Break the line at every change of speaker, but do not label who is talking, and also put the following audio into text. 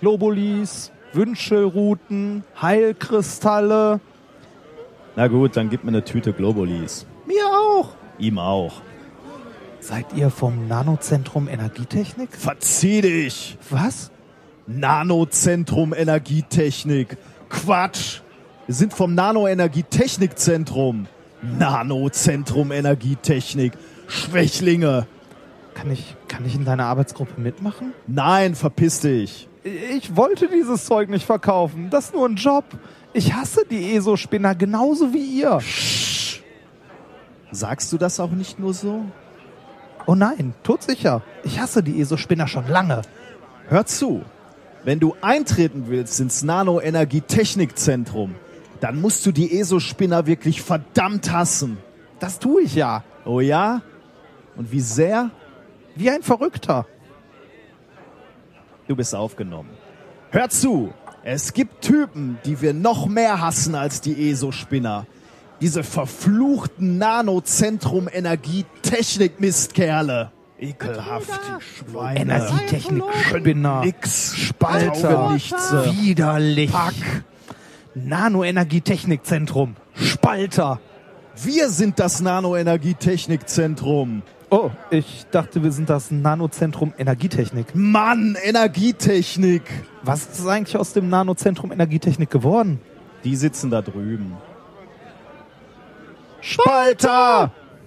Globulis, Wünschelruten, Heilkristalle.
Na gut, dann gib mir eine Tüte Globulis.
Mir auch.
Ihm auch.
Seid ihr vom Nanozentrum Energietechnik?
Verzieh dich!
Was?
Nanozentrum Energietechnik. Quatsch! Wir sind vom Nanoenergietechnikzentrum. Nanozentrum Energietechnik. Schwächlinge.
Kann ich, kann ich in deiner Arbeitsgruppe mitmachen?
Nein, verpiss dich.
Ich wollte dieses Zeug nicht verkaufen. Das ist nur ein Job. Ich hasse die ESO-Spinner genauso wie ihr.
Sagst du das auch nicht nur so?
Oh nein, tut sicher. Ich hasse die ESO-Spinner schon lange.
Hör zu. Wenn du eintreten willst ins Nanoenergietechnikzentrum, dann musst du die ESO-Spinner wirklich verdammt hassen.
Das tue ich ja.
Oh ja? Und wie sehr?
Wie ein Verrückter.
Du bist aufgenommen. Hör zu. Es gibt Typen, die wir noch mehr hassen als die ESO-Spinner. Diese verfluchten Nanozentrum-Energie-Technik-Mistkerle. Ekelhaft, die Schweine.
Energietechnik-Spinner.
Nix,
Spalter.
Taugenichtse.
Widerlich. Pack. Nanoenergietechnikzentrum. Spalter.
Wir sind das Nanoenergietechnikzentrum.
Oh, ich dachte, wir sind das Nanozentrum Energietechnik.
Mann, Energietechnik.
Was ist eigentlich aus dem Nanozentrum Energietechnik geworden?
Die sitzen da drüben. Spalter!